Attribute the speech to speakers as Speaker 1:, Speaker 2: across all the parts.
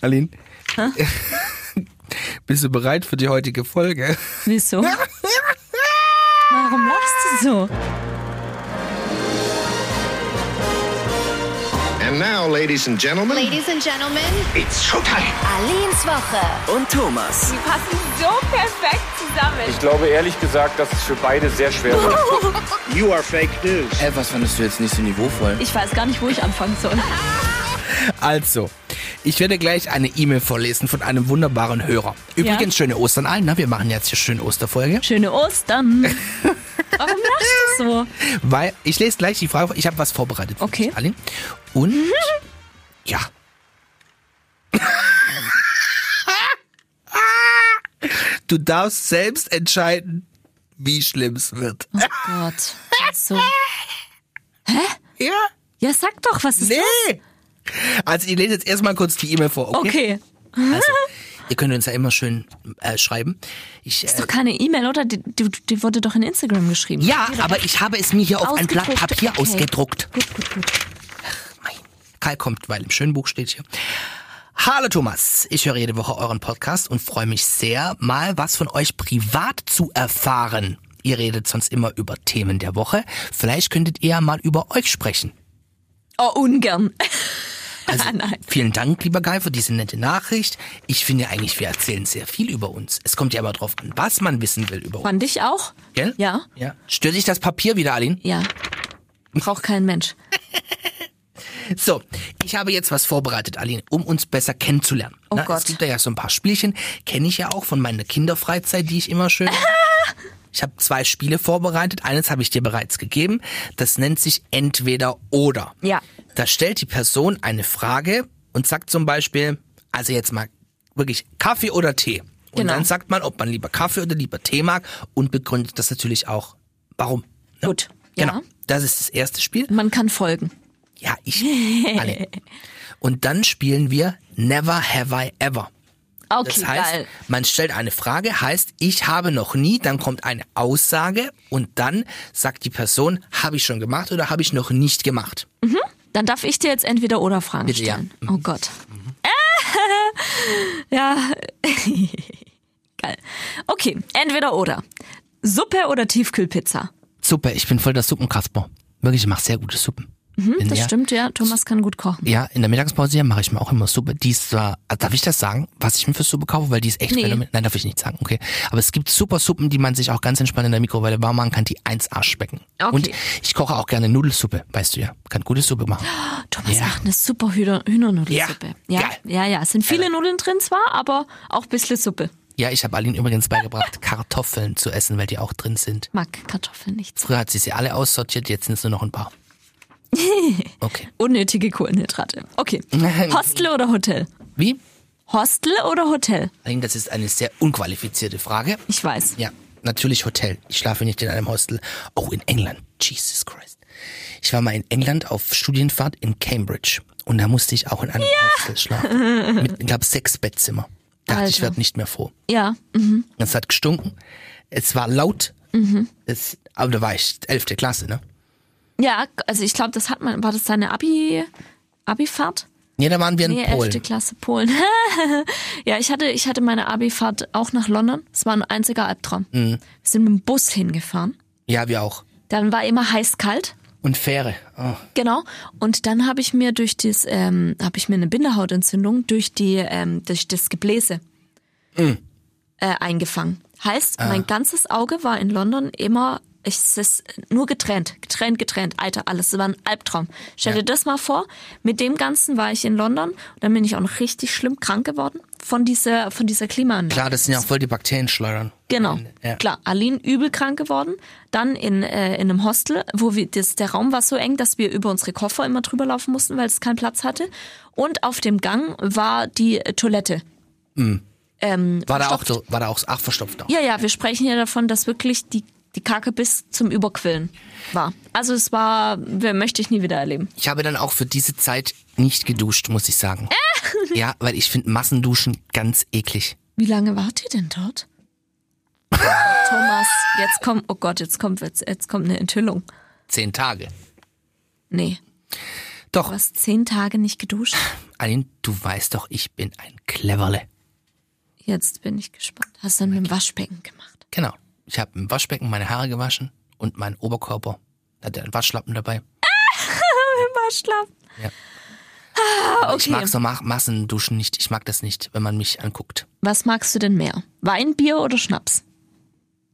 Speaker 1: Aline. Bist du bereit für die heutige Folge?
Speaker 2: Wieso? Warum lachst du so?
Speaker 3: And now, ladies and gentlemen,
Speaker 4: Ladies and Gentlemen,
Speaker 3: it's showtime.
Speaker 4: Alins Woche.
Speaker 5: und Thomas.
Speaker 6: Die passen so perfekt zusammen.
Speaker 7: Ich glaube ehrlich gesagt, dass es für beide sehr schwer wird.
Speaker 3: You are fake news.
Speaker 5: Hey, was fandest du jetzt nicht so niveauvoll?
Speaker 2: Ich weiß gar nicht, wo ich anfangen soll.
Speaker 1: Also, ich werde gleich eine E-Mail vorlesen von einem wunderbaren Hörer. Übrigens, schöne Ostern allen. Ne? Wir machen jetzt hier schöne Osterfolge.
Speaker 2: Schöne Ostern. Warum lachst du so?
Speaker 1: Weil ich lese gleich die Frage. vor. Ich habe was vorbereitet. Für
Speaker 2: Okay.
Speaker 1: Dich, Aline. Und ja. Du darfst selbst entscheiden, wie schlimm es wird.
Speaker 2: Gott. So.
Speaker 1: Ja.
Speaker 2: Ja, sag doch, was ist
Speaker 1: Nee. Also ich lese jetzt erstmal kurz die E-Mail vor, okay?
Speaker 2: Okay.
Speaker 1: Also, ihr könnt uns ja immer schön äh, schreiben. Ich,
Speaker 2: Ist
Speaker 1: äh,
Speaker 2: doch keine E-Mail, oder? Die, die, die wurde doch in Instagram geschrieben.
Speaker 1: ja, aber ich habe es mir hier auf ein Blatt
Speaker 2: Ausgedruckt,
Speaker 1: Papier
Speaker 2: okay.
Speaker 1: ausgedruckt.
Speaker 2: Gut, gut, gut.
Speaker 1: Mein Karl kommt, weil im schönen Buch steht hier. Hallo Thomas, ich höre jede Woche euren Podcast und freue mich sehr, mal was von euch privat zu erfahren. Ihr redet sonst immer über Themen der Woche. Vielleicht könntet ihr ja mal über euch sprechen.
Speaker 2: Oh, ungern.
Speaker 1: Also,
Speaker 2: Ah, nein.
Speaker 1: vielen Dank, lieber Guy, für diese nette Nachricht. Ich finde eigentlich, wir erzählen sehr viel über uns. Es kommt ja aber drauf an, was man wissen will über uns.
Speaker 2: Fand ich auch?
Speaker 1: Gell?
Speaker 2: Ja.
Speaker 1: ja. Stört dich das Papier wieder, Aline?
Speaker 2: Ja. Braucht kein Mensch.
Speaker 1: So, ich habe jetzt was vorbereitet, Aline, um uns besser kennenzulernen.
Speaker 2: Oh
Speaker 1: Na,
Speaker 2: Gott.
Speaker 1: Es gibt da ja so ein paar Spielchen, kenne ich ja auch von meiner Kinderfreizeit, die ich immer schön... Ich habe zwei Spiele vorbereitet. Eines habe ich dir bereits gegeben. Das nennt sich entweder oder.
Speaker 2: Ja.
Speaker 1: Da stellt die Person eine Frage und sagt zum Beispiel, also jetzt mal wirklich Kaffee oder Tee. Und
Speaker 2: Genau.
Speaker 1: dann sagt man, ob man lieber Kaffee oder lieber Tee mag und begründet das natürlich auch, warum. ne?
Speaker 2: Gut, ja.
Speaker 1: Genau. Das ist das erste Spiel.
Speaker 2: Man kann folgen.
Speaker 1: Ja, ich. Alle. Und dann spielen wir Never Have I Ever.
Speaker 2: Okay,
Speaker 1: Das heißt,
Speaker 2: geil.
Speaker 1: man stellt eine Frage, heißt, ich habe noch nie, dann kommt eine Aussage und dann sagt die Person, habe ich schon gemacht oder habe ich noch nicht gemacht.
Speaker 2: Dann darf ich dir jetzt entweder oder Fragen
Speaker 1: Bitte, ja.
Speaker 2: stellen. Oh Gott. Äh, ja. Geil. Okay, entweder oder. Suppe oder Tiefkühlpizza?
Speaker 1: Super, ich bin voll der Suppenkasper. Wirklich, ich mache sehr gute Suppen. Bin
Speaker 2: Mhm, Das
Speaker 1: ja,
Speaker 2: stimmt, ja. Thomas kann gut kochen.
Speaker 1: Ja, in der Mittagspause hier mache ich mir auch immer Suppe. Die ist zwar, also darf ich das sagen, was ich mir für Suppe kaufe, weil die ist echt
Speaker 2: Nee.
Speaker 1: phänomenal. Nein, darf ich nicht sagen, okay. Aber es gibt super Suppen, die man sich auch ganz entspannt in der Mikrowelle warm machen kann, die 1A schmecken.
Speaker 2: Okay.
Speaker 1: Und ich koche auch gerne Nudelsuppe, weißt du ja. Kann gute Suppe machen.
Speaker 2: Thomas
Speaker 1: Ja.
Speaker 2: macht eine super Hühner Hühnernudelsuppe.
Speaker 1: Ja,
Speaker 2: Ja.
Speaker 1: geil.
Speaker 2: ja, ja, Es sind viele Nudeln drin zwar, aber auch ein bisschen Suppe.
Speaker 1: Ja, ich habe Aline übrigens beigebracht, Kartoffeln zu essen, weil die auch drin sind.
Speaker 2: Mag Kartoffeln nicht.
Speaker 1: Früher hat sie sie alle aussortiert, jetzt sind es nur noch ein paar. Okay.
Speaker 2: Unnötige Kohlenhydrate. Okay. Hostel oder Hotel?
Speaker 1: Wie?
Speaker 2: Hostel oder Hotel?
Speaker 1: Aline, das ist eine sehr unqualifizierte Frage.
Speaker 2: Ich weiß.
Speaker 1: Ja, natürlich Hotel. Ich schlafe nicht in einem Hostel. Oh, in England. Jesus Christ. Ich war mal in England auf Studienfahrt in Cambridge. Und da musste ich auch in einem Hostel schlafen. Mit, ich glaube, sechs Bettzimmer. Dachte ich,
Speaker 2: Alter.
Speaker 1: werd nicht mehr froh.
Speaker 2: Ja. Mhm.
Speaker 1: Es hat gestunken. Es war laut. Es, aber da war ich elfte Klasse, ne?
Speaker 2: Ja, also ich glaube, das hat man. War das deine Abi, Abifahrt?
Speaker 1: Ja, da waren wir in
Speaker 2: Nee, elfte
Speaker 1: Polen.
Speaker 2: Klasse Polen. ja, ich hatte, ich hatte meine Abifahrt auch nach London. Es war ein einziger Albtraum.
Speaker 1: Mhm.
Speaker 2: Wir sind mit dem Bus hingefahren.
Speaker 1: Ja, wir auch.
Speaker 2: Dann war immer heiß kalt.
Speaker 1: Und Fähre. Oh.
Speaker 2: Genau. Und dann habe ich mir durch das, ähm, habe ich mir eine Bindehautentzündung durch die, ähm, durch das Gebläse äh, eingefangen. Heißt, mein ganzes Auge war in London immer, ich, es ist nur getrennt, getrennt, getrennt, Alter, alles. Es war ein Albtraum. Stell dir das mal vor. Mit dem Ganzen war ich in London und dann bin ich auch noch richtig schlimm krank geworden von dieser, von dieser Klimaanlage.
Speaker 1: Klar, das sind ja auch voll die Bakterienschleudern.
Speaker 2: Genau,
Speaker 1: Ja.
Speaker 2: klar. Aline übel krank geworden, dann in, äh, in einem Hostel, wo wir, das, der Raum war so eng, dass wir über unsere Koffer immer drüber laufen mussten, weil es keinen Platz hatte. Und auf dem Gang war die äh, Toilette. Ähm,
Speaker 1: War da auch
Speaker 2: verstopft.
Speaker 1: so, war da auch, ach, verstopft auch.
Speaker 2: Ja, ja, wir sprechen ja davon, dass wirklich die, die Kacke bis zum Überquillen war. Also es war, wer möchte ich nie wieder erleben.
Speaker 1: Ich habe dann auch für diese Zeit nicht geduscht, muss ich sagen. ja, weil ich finde Massenduschen ganz eklig.
Speaker 2: Wie lange wart ihr denn dort? Thomas, jetzt kommt, oh Gott, jetzt kommt, jetzt, jetzt kommt eine Enthüllung.
Speaker 1: Zehn Tage.
Speaker 2: Nee.
Speaker 1: Doch,
Speaker 2: Du hast zehn Tage nicht geduscht.
Speaker 1: Aline, du weißt doch, ich bin ein Cleverle.
Speaker 2: Jetzt bin ich gespannt. Hast du dann mit dem Waschbecken gemacht?
Speaker 1: Genau. Ich habe im Waschbecken meine Haare gewaschen und meinen Oberkörper. Hatte einen Waschlappen dabei.
Speaker 2: Waschlappen.
Speaker 1: Aber Ich
Speaker 2: Ah, okay.
Speaker 1: mag so Ma Massenduschen nicht. Ich mag das nicht, wenn man mich anguckt.
Speaker 2: Was magst du denn mehr? Wein, Bier oder Schnaps?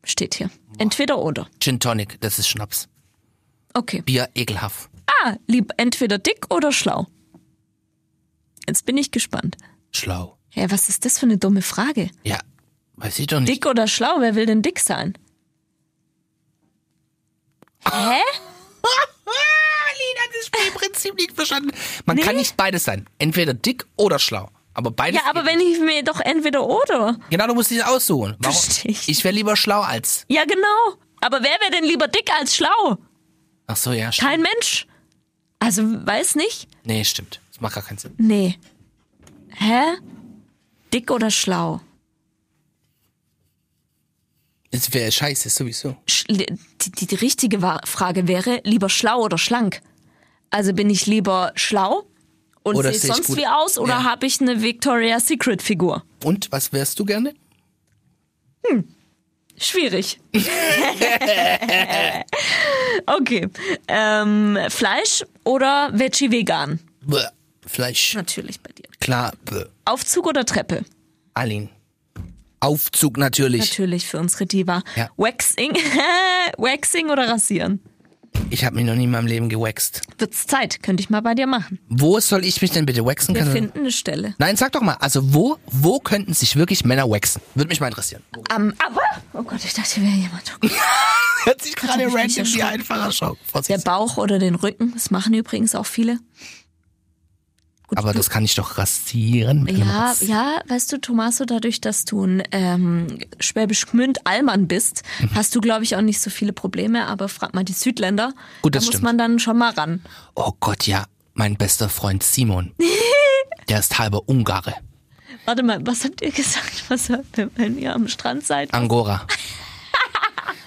Speaker 2: Steht hier. Entweder oder.
Speaker 1: Gin Tonic, das ist Schnaps.
Speaker 2: Okay.
Speaker 1: Bier, ekelhaft.
Speaker 2: Ah, lieb entweder dick oder schlau. Jetzt bin ich gespannt.
Speaker 1: Schlau.
Speaker 2: Hä, was ist das für eine dumme Frage?
Speaker 1: Ja, weiß ich doch nicht.
Speaker 2: Dick oder schlau? Wer will denn dick sein? Hä?
Speaker 1: Aline hat das Spielprinzip nicht verstanden. Man kann nicht beides sein. Entweder dick oder schlau. Aber beides.
Speaker 2: Ja, aber wenn ich mir doch entweder oder.
Speaker 1: genau, du musst dich aussuchen. Warum?
Speaker 2: Versteh ich.
Speaker 1: Ich wäre lieber schlau als.
Speaker 2: Ja, genau. Aber wer wäre denn lieber dick als schlau?
Speaker 1: Ach so, ja. Stimmt.
Speaker 2: Kein Mensch. Also, weiß nicht.
Speaker 1: Nee, stimmt. Das macht gar keinen Sinn.
Speaker 2: Nee. Hä? Dick oder schlau?
Speaker 1: Es wäre scheiße, sowieso.
Speaker 2: Sch li- die, die, die richtige Wa- Frage wäre, lieber schlau oder schlank? Also bin ich lieber schlau und
Speaker 1: Oder
Speaker 2: sehe
Speaker 1: sehe ich
Speaker 2: sonst
Speaker 1: gut-
Speaker 2: wie aus oder
Speaker 1: Ja.
Speaker 2: habe ich eine Victoria's Secret Figur?
Speaker 1: Und was wärst du gerne?
Speaker 2: Schwierig. okay. Ähm, Fleisch oder Veggie Vegan?
Speaker 1: Bäh. Fleisch.
Speaker 2: Natürlich bei dir.
Speaker 1: Klar. Bäh.
Speaker 2: Aufzug oder Treppe?
Speaker 1: Aline. Aufzug natürlich.
Speaker 2: Natürlich für unsere Diva.
Speaker 1: Ja.
Speaker 2: Waxing, Waxing oder rasieren?
Speaker 1: Ich habe mich noch nie in meinem Leben gewaxt.
Speaker 2: Wird's Zeit, könnte ich mal bei dir machen.
Speaker 1: Wo soll ich mich denn bitte waxen?
Speaker 2: Wir
Speaker 1: Kannst du-
Speaker 2: finden eine Stelle.
Speaker 1: Nein, sag doch mal. Also wo, wo könnten sich wirklich Männer waxen? Würde mich mal interessieren.
Speaker 2: Am, aber, oh Gott, ich dachte, hier wäre jemand.
Speaker 1: Hört sich gerade
Speaker 2: hab ich mich
Speaker 1: random die einfacher Show.
Speaker 2: Der Bauch oder den Rücken, das machen übrigens auch viele. Gut,
Speaker 1: Aber
Speaker 2: du-
Speaker 1: das kann ich doch rasieren. mit einem
Speaker 2: ja,
Speaker 1: Rass-
Speaker 2: ja, weißt du, Tommaso, dadurch, dass du ein ähm, schwäbisch gmünd Allmann bist,
Speaker 1: Mhm.
Speaker 2: hast du, glaube ich, auch nicht so viele Probleme. Aber frag mal die Südländer,
Speaker 1: Gut,
Speaker 2: da
Speaker 1: das
Speaker 2: muss
Speaker 1: stimmt.
Speaker 2: man dann schon mal ran.
Speaker 1: Oh Gott, ja. Mein bester Freund Simon. Der ist halber Ungare.
Speaker 2: Warte mal, was habt ihr gesagt, was hört ihr, wenn ihr am Strand seid?
Speaker 1: Ah, Angora.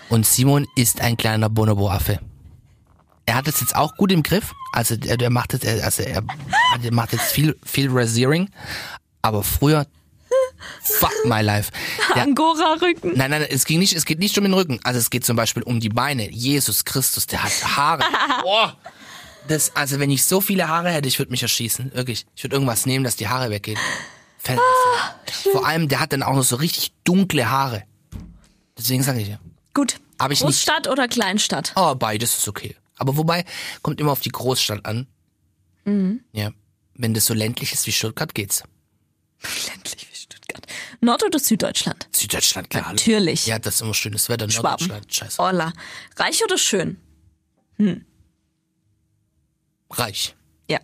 Speaker 1: Und Simon ist ein kleiner Bonobo-Affe. Er hat es jetzt auch gut im Griff. Also er, der macht jetzt, er- also er, er macht jetzt viel, viel Rasiering. Aber früher, fuck my life. Der,
Speaker 2: Angora-Rücken.
Speaker 1: nein, nein, es ging nicht, es geht nicht um den Rücken. Also es geht zum Beispiel um die Beine. Jesus Christus, der hat Haare. Boah. Das, also wenn ich so viele Haare hätte, ich würde mich erschießen. Wirklich. Ich würde irgendwas nehmen, dass die Haare weggehen. Fällt
Speaker 2: Ah,
Speaker 1: mir so. Vor allem, der hat dann auch noch so richtig dunkle Haare. Deswegen sage ich ja.
Speaker 2: Gut.
Speaker 1: Hab ich nicht-
Speaker 2: Großstadt oder Kleinstadt?
Speaker 1: Oh, beides ist okay. Aber wobei, kommt immer auf die Großstadt an.
Speaker 2: Mhm.
Speaker 1: Ja. Wenn das so ländlich ist wie Stuttgart, geht's.
Speaker 2: Ländlich wie Stuttgart. Nord- oder Süddeutschland?
Speaker 1: Süddeutschland, klar.
Speaker 2: Natürlich.
Speaker 1: Ja, das ist immer schönes Wetter.
Speaker 2: Schwaben.
Speaker 1: Norddeutschland, scheiße.
Speaker 2: Olla. Reich oder schön?
Speaker 1: Reich.
Speaker 2: Ja.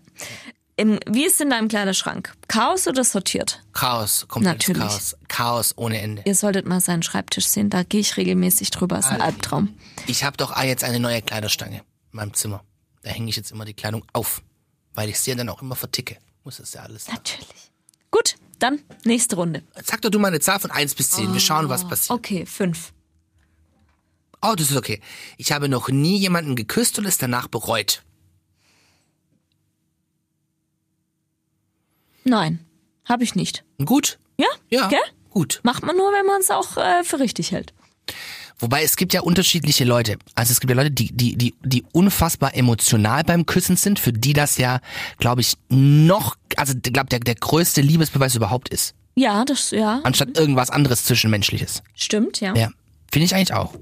Speaker 2: Im, wie ist in deinem Kleiderschrank? Chaos oder sortiert?
Speaker 1: Chaos, komplettes
Speaker 2: Natürlich.
Speaker 1: Chaos. Chaos ohne Ende.
Speaker 2: Ihr solltet mal seinen Schreibtisch sehen, da gehe ich regelmäßig drüber, ist ein
Speaker 1: Alter.
Speaker 2: Albtraum.
Speaker 1: Ich habe doch ah, jetzt eine neue Kleiderstange in meinem Zimmer. Da hänge ich jetzt immer die Kleidung auf, weil ich sie ja dann auch immer verticke. Muss das ja alles.
Speaker 2: Natürlich. Gut, dann nächste Runde.
Speaker 1: Sag doch du mal eine Zahl von 1 bis 10. Wir schauen, was passiert.
Speaker 2: Okay, fünf.
Speaker 1: Oh, das ist okay. Ich habe noch nie jemanden geküsst und es danach bereut.
Speaker 2: Nein, habe ich nicht.
Speaker 1: Gut?
Speaker 2: Ja?
Speaker 1: Ja.
Speaker 2: Gell?
Speaker 1: Gut.
Speaker 2: Macht man nur, wenn man es auch äh, für richtig hält.
Speaker 1: Wobei es gibt ja unterschiedliche Leute. Also es gibt ja Leute, die, die, die, die unfassbar emotional beim Küssen sind, für die das ja, glaube ich, noch, also ich glaube, der, der größte Liebesbeweis überhaupt ist.
Speaker 2: Ja, das, ja,
Speaker 1: Anstatt irgendwas anderes Zwischenmenschliches.
Speaker 2: stimmt, ja. Ja,
Speaker 1: Ja. Finde ich eigentlich auch.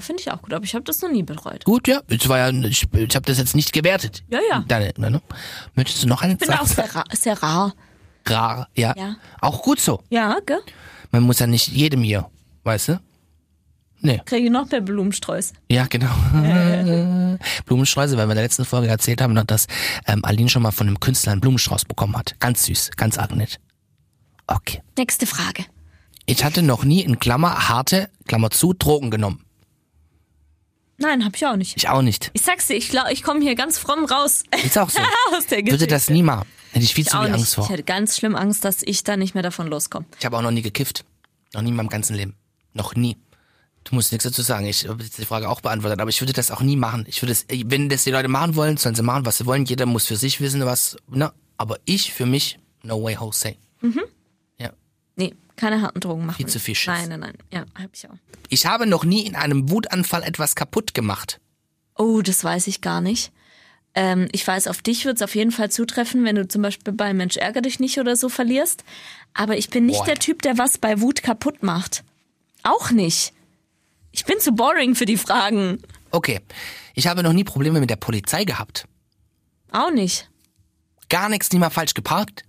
Speaker 2: finde ich auch gut, aber ich habe das noch nie bereut.
Speaker 1: Gut, ja. Es war ja ich ich habe das jetzt nicht gewertet.
Speaker 2: Ja, ja.
Speaker 1: Deine, ne? Möchtest du noch eine
Speaker 2: Ich bin auch sehr, ra sehr rar.
Speaker 1: Rar, ja.
Speaker 2: Ja.
Speaker 1: Auch gut so.
Speaker 2: Ja, gell?
Speaker 1: Man muss ja nicht jedem hier, weißt du? Nee.
Speaker 2: Kriege noch mehr Blumensträuße.
Speaker 1: Ja, genau. Blumensträuße, weil wir in der letzten Folge erzählt haben, noch, dass ähm, Aline schon mal von einem Künstler einen Blumenstrauß bekommen hat. Ganz süß, ganz arg nett. Okay.
Speaker 2: Nächste Frage.
Speaker 1: Ich hatte noch nie in Klammer harte, Klammer zu, Drogen genommen.
Speaker 2: Nein, habe ich auch nicht.
Speaker 1: Ich auch nicht.
Speaker 2: Ich sag's dir, ich glaube, ich komme hier ganz fromm raus
Speaker 1: Ist auch so.
Speaker 2: aus der Geschichte.
Speaker 1: Würde das nie mal. Hätte ich viel zu
Speaker 2: auch
Speaker 1: viel
Speaker 2: nicht.
Speaker 1: Angst
Speaker 2: Ich
Speaker 1: vor.
Speaker 2: hätte ganz schlimm Angst, dass ich da nicht mehr davon loskomme.
Speaker 1: Ich habe auch noch nie gekifft. Noch nie in meinem ganzen Leben. Noch nie. Du musst nichts dazu sagen. Ich habe die Frage auch beantwortet, aber ich würde das auch nie machen. Ich würde es, wenn das die Leute machen wollen, sollen sie machen, was sie wollen. Jeder muss für sich wissen, was, ne, Aber ich für mich, no way Jose.
Speaker 2: Mhm.
Speaker 1: Ja.
Speaker 2: Nee, keine harten Drogen machen.
Speaker 1: Viel zu viel Schiss.
Speaker 2: Nein, nein, nein. Ja, hab ich auch.
Speaker 1: Ich habe noch nie in einem Wutanfall etwas kaputt gemacht.
Speaker 2: Oh, das weiß ich gar nicht. Ähm, ich weiß, auf dich wird es auf jeden Fall zutreffen, wenn du zum Beispiel bei Mensch ärger dich nicht oder so verlierst. Aber ich bin nicht
Speaker 1: Boah.
Speaker 2: der Typ, der was bei Wut kaputt macht. Auch nicht. Ich bin zu boring für die Fragen.
Speaker 1: Okay. Ich habe noch nie Probleme mit der Polizei gehabt.
Speaker 2: Auch nicht.
Speaker 1: Gar nichts, nie mal falsch geparkt.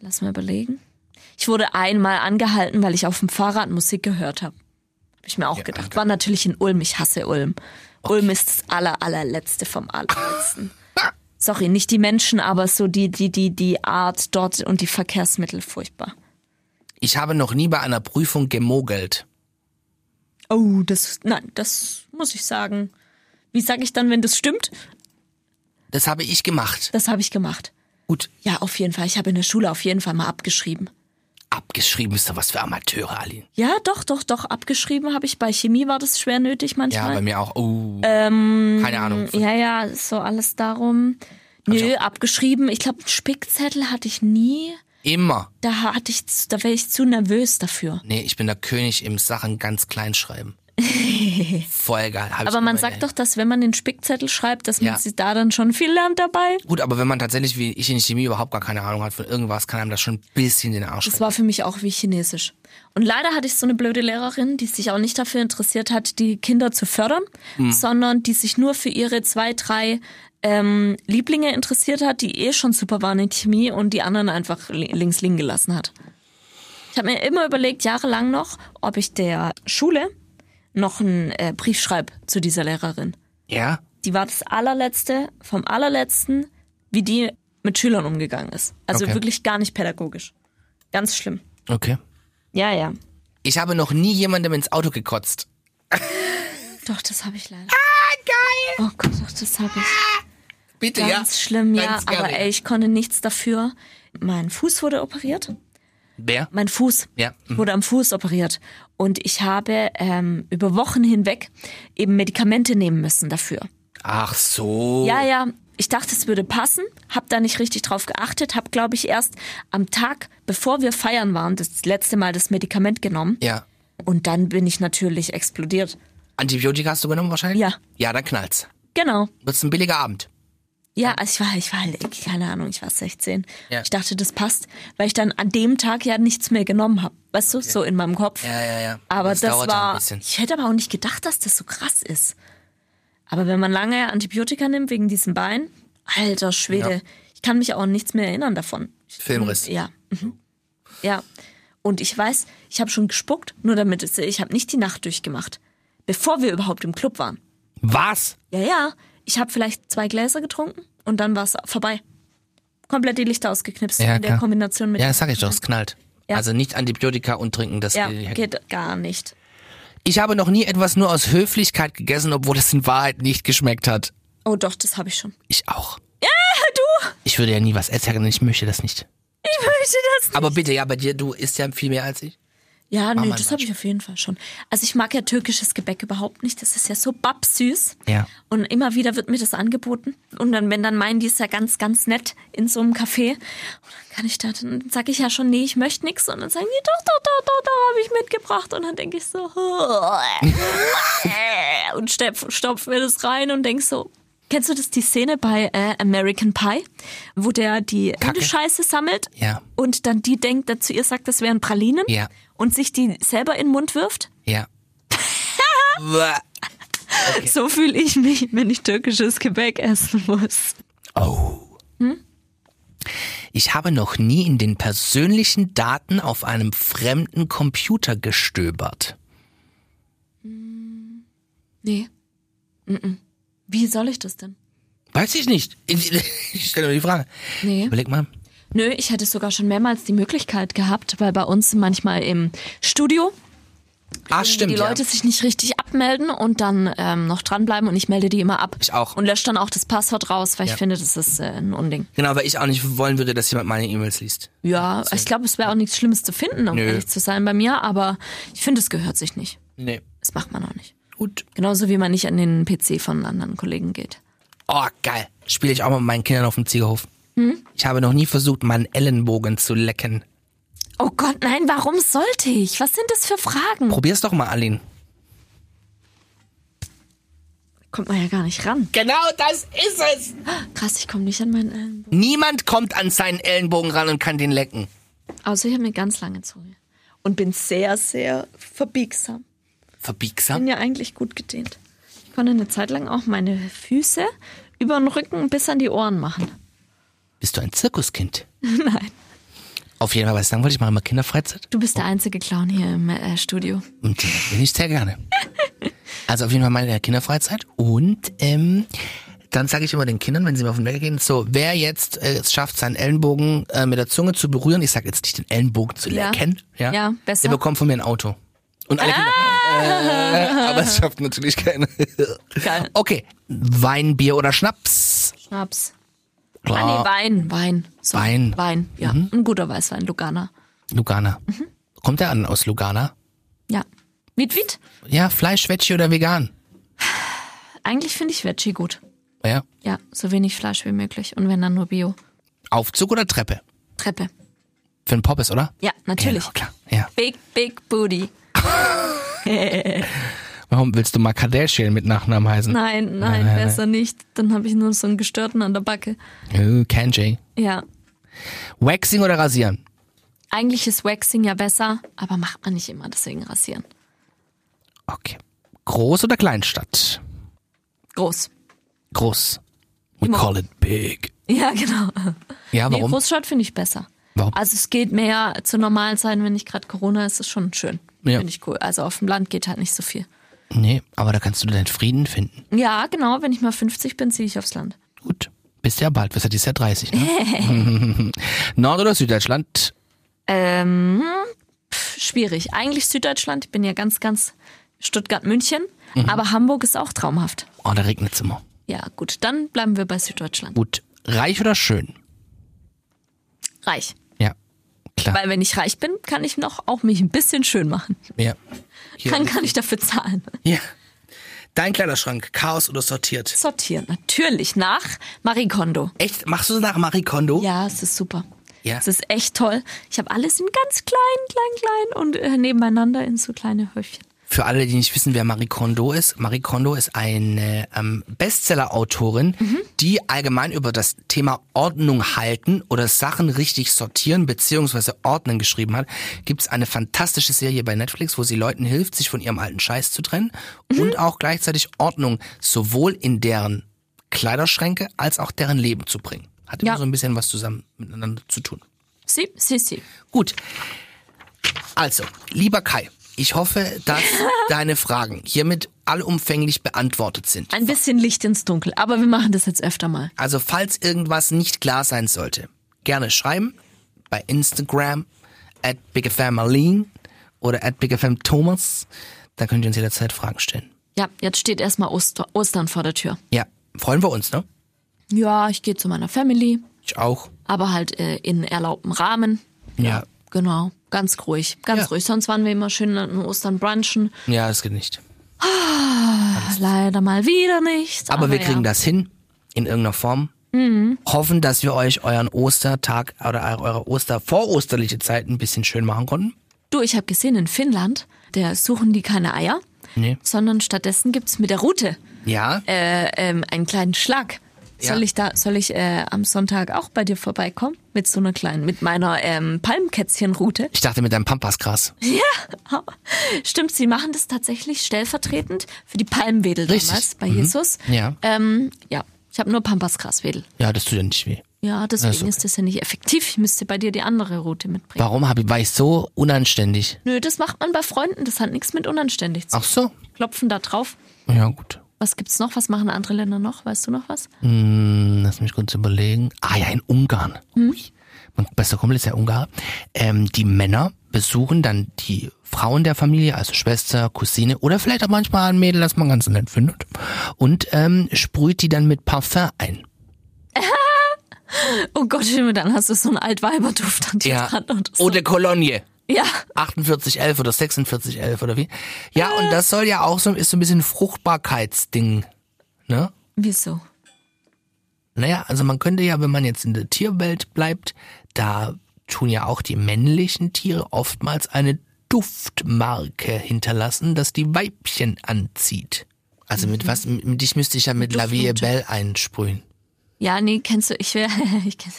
Speaker 2: Lass mal überlegen. Ich wurde einmal angehalten, weil ich auf dem Fahrrad Musik gehört habe. Habe ich mir auch gedacht. War natürlich in Ulm. Ich hasse Ulm. Ulm ist das aller, allerletzte vom allerletzten. Sorry, nicht die Menschen, aber so die, die, die, die Art dort und die Verkehrsmittel furchtbar.
Speaker 1: Ich habe noch nie bei einer Prüfung gemogelt.
Speaker 2: Oh, das, nein, das muss ich sagen. Wie sage ich dann, wenn das stimmt?
Speaker 1: Das habe ich gemacht.
Speaker 2: Das habe ich gemacht.
Speaker 1: Gut,
Speaker 2: Ja, auf jeden Fall. Ich habe in der Schule auf jeden Fall mal abgeschrieben.
Speaker 1: abgeschrieben ist doch was für Amateure, Aline.
Speaker 2: Ja, doch, doch, doch. Abgeschrieben habe ich. Bei Chemie war das schwer nötig
Speaker 1: Ja,
Speaker 2: manchmal.
Speaker 1: bei mir auch. Oh,
Speaker 2: Ähm,
Speaker 1: keine Ahnung.
Speaker 2: Ja, ja, so alles darum. Nö, abgeschrieben. Ich glaube, einen Spickzettel hatte ich nie.
Speaker 1: Immer.
Speaker 2: Da ha- hatte ich, zu- da wäre ich zu nervös dafür.
Speaker 1: Nee, ich bin der König im Sachen ganz klein schreiben. Voll geil. Hab ich
Speaker 2: Aber man
Speaker 1: immer-
Speaker 2: sagt doch, dass wenn man den Spickzettel schreibt, dass man
Speaker 1: Ja.
Speaker 2: sie da dann schon viel lernt dabei.
Speaker 1: Gut, aber wenn man tatsächlich wie ich in Chemie überhaupt gar keine Ahnung hat von irgendwas, kann einem das schon ein bisschen den Arsch
Speaker 2: Das
Speaker 1: retten.
Speaker 2: war für mich auch wie Chinesisch. Und leider hatte ich so eine blöde Lehrerin, die sich auch nicht dafür interessiert hat, die Kinder zu fördern, sondern die sich nur für ihre zwei, drei ähm, Lieblinge interessiert hat, die eh schon super waren in Chemie und die anderen einfach li- links liegen gelassen hat. Ich habe mir immer überlegt, jahrelang noch, ob ich der Schule noch einen äh, Brief schreibe zu dieser Lehrerin.
Speaker 1: Ja?
Speaker 2: Die war das allerletzte vom allerletzten, wie die mit Schülern umgegangen ist. Also
Speaker 1: Okay.
Speaker 2: wirklich gar nicht pädagogisch. Ganz schlimm.
Speaker 1: Okay.
Speaker 2: Ja, ja.
Speaker 1: Ich habe noch nie jemandem ins Auto gekotzt.
Speaker 2: Doch, das habe ich leider. Ah, geil! Oh Gott, doch, das habe ich.
Speaker 1: Bitte, ja.
Speaker 2: Ganz schlimm, ja.
Speaker 1: Ganz
Speaker 2: aber
Speaker 1: gerne.
Speaker 2: ey, ich konnte nichts dafür. Mein Fuß wurde operiert.
Speaker 1: Wer?
Speaker 2: Mein Fuß
Speaker 1: Ja. mhm.
Speaker 2: Ich wurde am Fuß operiert. Und ich habe ähm, über Wochen hinweg eben Medikamente nehmen müssen dafür.
Speaker 1: Oh. Ach so.
Speaker 2: Ja, ja. Ich dachte, es würde passen, hab da nicht richtig drauf geachtet, hab, glaube ich, erst am Tag, bevor wir feiern waren, das letzte Mal das Medikament genommen.
Speaker 1: Ja.
Speaker 2: Und dann bin ich natürlich explodiert.
Speaker 1: Antibiotika hast du genommen wahrscheinlich?
Speaker 2: Ja.
Speaker 1: Ja, dann knallt's.
Speaker 2: Genau.
Speaker 1: Wird's ein billiger Abend.
Speaker 2: Ja, also ich war, ich war halt, keine Ahnung, ich war 16.
Speaker 1: Ja.
Speaker 2: Ich dachte, das passt, weil ich dann an dem Tag ja nichts mehr genommen habe. Weißt du, so in meinem Kopf.
Speaker 1: Ja, ja, ja.
Speaker 2: Aber
Speaker 1: Das
Speaker 2: das,
Speaker 1: dauert ja ein
Speaker 2: war.
Speaker 1: bisschen.
Speaker 2: Ich hätte aber auch nicht gedacht, dass das so krass ist. Aber wenn man lange Antibiotika nimmt wegen diesem Bein, alter Schwede,
Speaker 1: Ja.
Speaker 2: ich kann mich auch an nichts mehr erinnern davon.
Speaker 1: Filmriss.
Speaker 2: Ja. Mhm. Ja. Und ich weiß, ich habe schon gespuckt, nur damit es, ich habe nicht die Nacht durchgemacht, bevor wir überhaupt im Club waren.
Speaker 1: Was?
Speaker 2: Ja, ja, ich habe vielleicht zwei Gläser getrunken und dann war's vorbei. Komplett die Lichter ausgeknipst
Speaker 1: Ja,
Speaker 2: in der
Speaker 1: klar.
Speaker 2: Kombination mit.
Speaker 1: Ja, das sag ich doch, es knallt.
Speaker 2: Mhm. Ja.
Speaker 1: Also nicht Antibiotika und trinken, das
Speaker 2: Ja,
Speaker 1: geht.
Speaker 2: geht gar nicht.
Speaker 1: Ich habe noch nie etwas nur aus Höflichkeit gegessen, obwohl es in Wahrheit nicht geschmeckt hat.
Speaker 2: Oh doch, das habe ich schon.
Speaker 1: Ich auch. Ja, du! Ich würde ja nie was essen, und ich möchte das nicht.
Speaker 2: Ich möchte das.
Speaker 1: Aber bitte, ja, bei dir, du isst ja viel mehr als ich.
Speaker 2: Ja, nö,
Speaker 1: mein
Speaker 2: das habe ich auf jeden Fall schon. Also ich mag ja türkisches Gebäck überhaupt nicht. Das ist ja so babsüß.
Speaker 1: Ja.
Speaker 2: Und immer wieder wird mir das angeboten. Und dann, wenn dann meinen, die ist ja ganz, ganz nett in so einem Café. Und dann kann ich da, dann sage ich ja schon, nee, ich möchte nix. Und dann sagen die, doch, doch, doch, doch, doch, habe ich mitgebracht. Und dann denke ich so, und stopf, stopf mir das rein und denk so. Kennst du das, die Szene bei äh, American Pie, wo der die Hundescheiße sammelt
Speaker 1: Ja.
Speaker 2: und dann die denkt, dass zu ihr sagt, das wären Pralinen
Speaker 1: Ja.
Speaker 2: und sich die selber in den Mund wirft?
Speaker 1: Ja. Bäh.
Speaker 2: So fühle ich mich, wenn ich türkisches Gebäck essen muss.
Speaker 1: oh.
Speaker 2: Hm?
Speaker 1: Ich habe noch nie in den persönlichen Daten auf einem fremden Computer gestöbert.
Speaker 2: Nee. Wie soll ich das denn?
Speaker 1: Weiß ich nicht. Ich stelle nur die Frage.
Speaker 2: Nee.
Speaker 1: Überleg mal.
Speaker 2: Nö, ich hätte sogar schon mehrmals die Möglichkeit gehabt, weil bei uns manchmal im Studio
Speaker 1: Ach,
Speaker 2: die
Speaker 1: Ah, stimmt.
Speaker 2: Leute
Speaker 1: ja.
Speaker 2: sich nicht richtig abmelden und dann ähm, noch dranbleiben und ich melde die immer ab.
Speaker 1: Ich auch.
Speaker 2: Und lösche dann auch das Passwort raus, weil
Speaker 1: Ja.
Speaker 2: ich finde, das ist äh, ein Unding.
Speaker 1: Genau, weil ich auch nicht wollen würde, dass jemand meine E-Mails liest.
Speaker 2: Ja, ich glaube, es wäre auch nichts Schlimmes zu finden, um
Speaker 1: Nö.
Speaker 2: ehrlich zu sein bei mir, aber ich finde, es gehört sich nicht.
Speaker 1: Nee.
Speaker 2: Das macht man auch nicht.
Speaker 1: Gut.
Speaker 2: Genauso wie man nicht an den PC von anderen Kollegen geht.
Speaker 1: Oh, geil. Spiele ich auch mal mit meinen Kindern auf dem Ziegerhof. Ich habe noch nie versucht, meinen Ellenbogen zu lecken.
Speaker 2: Oh Gott, nein, warum sollte ich? Was sind das für Fragen?
Speaker 1: Probier's doch mal, Aline.
Speaker 2: Kommt man ja gar nicht ran.
Speaker 1: Genau das ist es.
Speaker 2: Krass, ich komme nicht an meinen Ellenbogen.
Speaker 1: Niemand kommt an seinen Ellenbogen ran und kann den lecken.
Speaker 2: Außer ich habe eine ganz lange Zunge. Und bin sehr, sehr verbiegsam.
Speaker 1: Verbiegsam.
Speaker 2: Bin ja eigentlich gut gedehnt. Ich konnte eine Zeit lang auch meine Füße über den Rücken bis an die Ohren machen.
Speaker 1: Bist du ein Zirkuskind?
Speaker 2: Nein.
Speaker 1: Auf jeden Fall, was ich sagen wollte, ich mache immer Kinderfreizeit.
Speaker 2: Du bist der einzige Clown hier im äh, Studio.
Speaker 1: Und das bin ich sehr gerne. Also auf jeden Fall meine Kinderfreizeit. Und ähm, dann sage ich immer den Kindern, wenn sie mir auf den Wecker gehen, so, wer jetzt äh, es schafft, seinen Ellenbogen äh, mit der Zunge zu berühren, ich sage jetzt nicht den Ellenbogen zu
Speaker 2: Ja.
Speaker 1: lecken, ja,
Speaker 2: Ja, besser.
Speaker 1: der bekommt von mir ein Auto. Und alle
Speaker 2: Ah!
Speaker 1: Kinder. Äh, aber es schafft natürlich keiner.
Speaker 2: Geil.
Speaker 1: Okay, Wein, Bier oder Schnaps?
Speaker 2: Schnaps. Ah,
Speaker 1: Klar.
Speaker 2: nee, Wein, Wein. So,
Speaker 1: Wein.
Speaker 2: Wein, ja. Ein guter Weißwein, Lugana.
Speaker 1: Lugana.
Speaker 2: Mhm.
Speaker 1: Kommt der an aus Lugana?
Speaker 2: Ja. Mit Wit?
Speaker 1: Ja, Fleisch, Veggie oder vegan?
Speaker 2: Eigentlich finde ich Veggie gut.
Speaker 1: Ja.
Speaker 2: Ja, so wenig Fleisch wie möglich. Und wenn dann nur Bio.
Speaker 1: Aufzug oder Treppe?
Speaker 2: Treppe.
Speaker 1: Für einen Poppes, oder?
Speaker 2: Ja, natürlich.
Speaker 1: Genau, klar. Ja.
Speaker 2: Big, big booty.
Speaker 1: Warum willst du mal Kardashian mit Nachnamen heißen?
Speaker 2: Nein, nein, besser nicht. Dann habe ich nur so einen Gestörten an der Backe.
Speaker 1: Äh, Kanji.
Speaker 2: Ja.
Speaker 1: Waxing oder rasieren?
Speaker 2: Eigentlich ist Waxing ja besser, aber macht man nicht immer, deswegen rasieren.
Speaker 1: Okay. Groß oder Kleinstadt?
Speaker 2: Groß.
Speaker 1: Groß. We
Speaker 2: Immer.
Speaker 1: call it big.
Speaker 2: Ja, genau.
Speaker 1: Ja,
Speaker 2: Nee,
Speaker 1: warum?
Speaker 2: Großstadt finde ich besser.
Speaker 1: Warum?
Speaker 2: Also es geht mehr zu normalen Zeiten, wenn nicht gerade Corona ist, ist schon schön.
Speaker 1: Ja.
Speaker 2: Finde ich cool. Also auf dem Land geht halt nicht so viel.
Speaker 1: nee, aber da kannst du deinen Frieden finden.
Speaker 2: Ja, genau, wenn ich mal 50 bin, ziehe ich aufs Land.
Speaker 1: Gut. Bist ja bald, bist ja dieses Jahr 30, ne? Nord- oder Süddeutschland?
Speaker 2: Ähm, pf, schwierig. Eigentlich Süddeutschland, ich bin ja ganz, ganz Stuttgart, München,
Speaker 1: Mhm.
Speaker 2: aber Hamburg ist auch traumhaft.
Speaker 1: Oh, da regnet's immer.
Speaker 2: Ja, gut, dann bleiben wir bei Süddeutschland.
Speaker 1: Gut. Reich oder schön?
Speaker 2: Reich.
Speaker 1: Ja. Klar.
Speaker 2: Weil wenn ich reich bin, kann ich noch auch mich ein bisschen schön machen.
Speaker 1: ja. Hier.
Speaker 2: Dann kann ich dafür zahlen.
Speaker 1: ja. Dein Kleiderschrank, Chaos oder sortiert?
Speaker 2: Sortieren, natürlich nach Marie Kondo.
Speaker 1: Echt? Machst du nach Marie Kondo?
Speaker 2: Ja, es ist super.
Speaker 1: Ja.
Speaker 2: Es ist echt toll. Ich habe alles in ganz klein, klein, klein und äh, nebeneinander in so kleine Häufchen.
Speaker 1: Für alle, die nicht wissen, wer Marie Kondo ist, Marie Kondo ist eine ähm, Bestseller-Autorin, die allgemein über das Thema Ordnung halten oder Sachen richtig sortieren bzw. ordnen geschrieben hat. Gibt es eine fantastische Serie bei Netflix, wo sie Leuten hilft, sich von ihrem alten Scheiß zu trennen und auch gleichzeitig Ordnung sowohl in deren Kleiderschränke als auch deren Leben zu bringen. Hat immer
Speaker 2: Ja.
Speaker 1: so ein bisschen was zusammen miteinander zu tun.
Speaker 2: Sie, sie, sie.
Speaker 1: Gut. Also, lieber Kai, ich hoffe, dass deine Fragen hiermit allumfänglich beantwortet sind.
Speaker 2: Ein bisschen Licht ins Dunkel, aber wir machen das jetzt öfter mal.
Speaker 1: Also, falls irgendwas nicht klar sein sollte, gerne schreiben bei Instagram at bigfmarlene oder at bigfmthomas. Da könnt ihr uns jederzeit Fragen stellen.
Speaker 2: Ja, jetzt steht erstmal Oster Ostern vor der Tür.
Speaker 1: Ja, freuen wir uns, ne?
Speaker 2: Ja, ich gehe zu meiner Family,
Speaker 1: Ich auch.
Speaker 2: aber halt äh, in erlaubtem Rahmen.
Speaker 1: Ja.
Speaker 2: Genau, ganz ruhig, ganz
Speaker 1: Ja.
Speaker 2: ruhig. Sonst waren wir immer schön an Ostern brunchen.
Speaker 1: Ja, das geht nicht.
Speaker 2: Leider mal wieder nicht.
Speaker 1: Aber wir kriegen
Speaker 2: ja. Mhm.
Speaker 1: das hin in irgendeiner Form. Hoffen, dass wir euch euren Ostertag oder eure Oster vorosterliche Zeit ein bisschen schön machen konnten.
Speaker 2: Du, ich habe gesehen, in Finnland, da suchen die keine Eier,
Speaker 1: Nee.
Speaker 2: sondern stattdessen gibt's mit der Rute
Speaker 1: Ja.
Speaker 2: äh, ähm, einen kleinen Schlag.
Speaker 1: Ja.
Speaker 2: Soll ich da, soll ich äh, am Sonntag auch bei dir vorbeikommen? Mit so einer kleinen, mit meiner ähm, Palmkätzchenrute?
Speaker 1: Ich dachte mit deinem Pampasgras.
Speaker 2: Stimmt, sie machen das tatsächlich stellvertretend für die Palmwedel
Speaker 1: Richtig. Mhm.
Speaker 2: damals bei Jesus.
Speaker 1: Ja.
Speaker 2: Ähm, ja, ich habe nur Pampasgraswedel.
Speaker 1: Ja, das tut ja nicht weh.
Speaker 2: Ja, deswegen
Speaker 1: okay.
Speaker 2: ist das ja nicht effektiv. Ich müsste bei dir die andere Route mitbringen.
Speaker 1: Warum hab ich, war ich so unanständig?
Speaker 2: Nö, das macht man bei Freunden. Das hat nichts mit unanständig zu
Speaker 1: Ach
Speaker 2: tun.
Speaker 1: so.
Speaker 2: Klopfen da drauf.
Speaker 1: Ja, gut.
Speaker 2: Was gibt's noch? Was machen andere Länder noch? Weißt du noch was?
Speaker 1: Hm. Lass mich kurz überlegen. Ah ja, in Ungarn. Ui. Mein bester Kumpel ist ja Ungar. Ähm, die Männer besuchen dann die Frauen der Familie, also Schwester, Cousine oder vielleicht auch manchmal ein Mädel, das man ganz nett findet. Und ähm, sprüht die dann mit Parfum ein.
Speaker 2: Oh Gott, Himmel, dann hast du so einen Altweiberduft an dir dran. Und so.
Speaker 1: Oder Cologne.
Speaker 2: Ja,
Speaker 1: 4811 oder 4611 oder wie. Ja, und das soll ja auch so, ist so ein bisschen Fruchtbarkeitsding. Ne?
Speaker 2: wieso?
Speaker 8: Naja, also man könnte ja, wenn man jetzt in der Tierwelt bleibt, da tun ja auch die männlichen Tiere oftmals eine Duftmarke hinterlassen, dass die Weibchen anzieht.
Speaker 1: Also mit was? Mit, dich müsste ich ja mit La Vie est Belle einsprühen.
Speaker 2: Ja, nee, kennst du, ich will, ich kenn,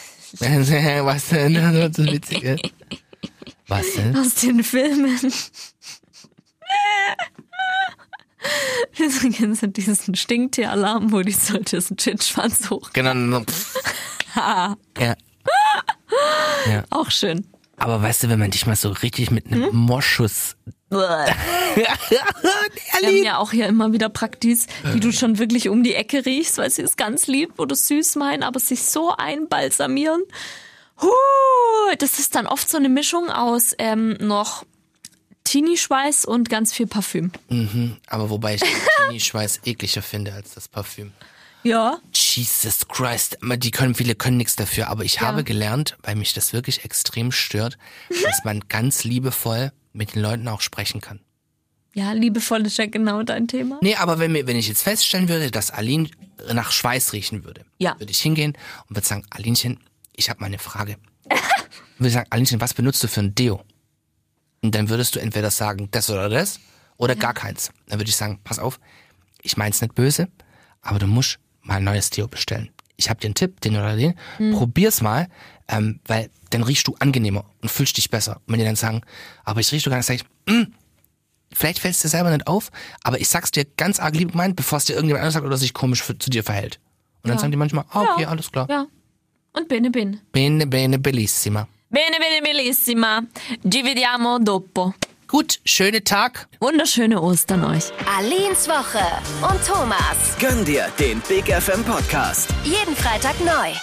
Speaker 1: was denn? Das ist witzig, ja. Was denn?
Speaker 2: aus den Filmen. Wieso kennst du diesen Stinktieralarm, wo die sollte diesen Chinschwanz hoch?
Speaker 1: Genau. pff. ja.
Speaker 2: Auch schön.
Speaker 1: Aber weißt du, wenn man dich mal so richtig mit einem Moschus.
Speaker 2: Wir haben ja auch hier immer wieder Praktis, die du schon wirklich um die Ecke riechst, weil sie es ganz lieb oder süß meinen, aber sich so einbalsamieren. Huh, das ist dann oft so eine Mischung aus ähm, noch Teenie-Schweiß und ganz viel Parfüm.
Speaker 1: Aber wobei ich den Schweiß ekliger finde als das Parfüm.
Speaker 2: Ja,
Speaker 1: Jesus Christ, man, die können, viele können nichts dafür, aber ich habe gelernt, weil mich das wirklich extrem stört, dass man ganz liebevoll mit den Leuten auch sprechen kann.
Speaker 2: ja, liebevoll ist ja genau dein Thema.
Speaker 1: Nee, aber wenn, mir, wenn ich jetzt feststellen würde, dass Aline nach Schweiß riechen würde,
Speaker 2: Ja.
Speaker 1: würde ich hingehen und würde sagen, Alinchen, ich habe mal eine Frage. würde ich sagen, Alinchen, was benutzt du für ein Deo? Und dann würdest du entweder sagen, das oder das oder gar keins. Dann würde ich sagen, pass auf, ich mein's nicht böse, aber du musst mal ein neues Deo bestellen. Ich habe dir einen Tipp, den oder den, probier's mal, ähm, weil dann riechst du angenehmer und fühlst dich besser. Und wenn die dann sagen, aber ich riech du gar nicht, sag ich, hm, vielleicht fällt es dir selber nicht auf, aber ich sag's dir ganz arg lieb gemeint, bevor es dir irgendjemand anders sagt oder sich komisch für, zu dir verhält. Und dann sagen die manchmal, ah, okay, alles klar.
Speaker 2: Ja. Und bene, bene.
Speaker 1: Bene, bene, bellissima.
Speaker 2: Bene, bene, bellissima. Ci vediamo dopo.
Speaker 1: Gut, schönen Tag.
Speaker 2: Wunderschöne Ostern euch.
Speaker 4: Alins Woche und Thomas.
Speaker 5: Gönn dir den Big FM Podcast.
Speaker 4: Jeden Freitag neu.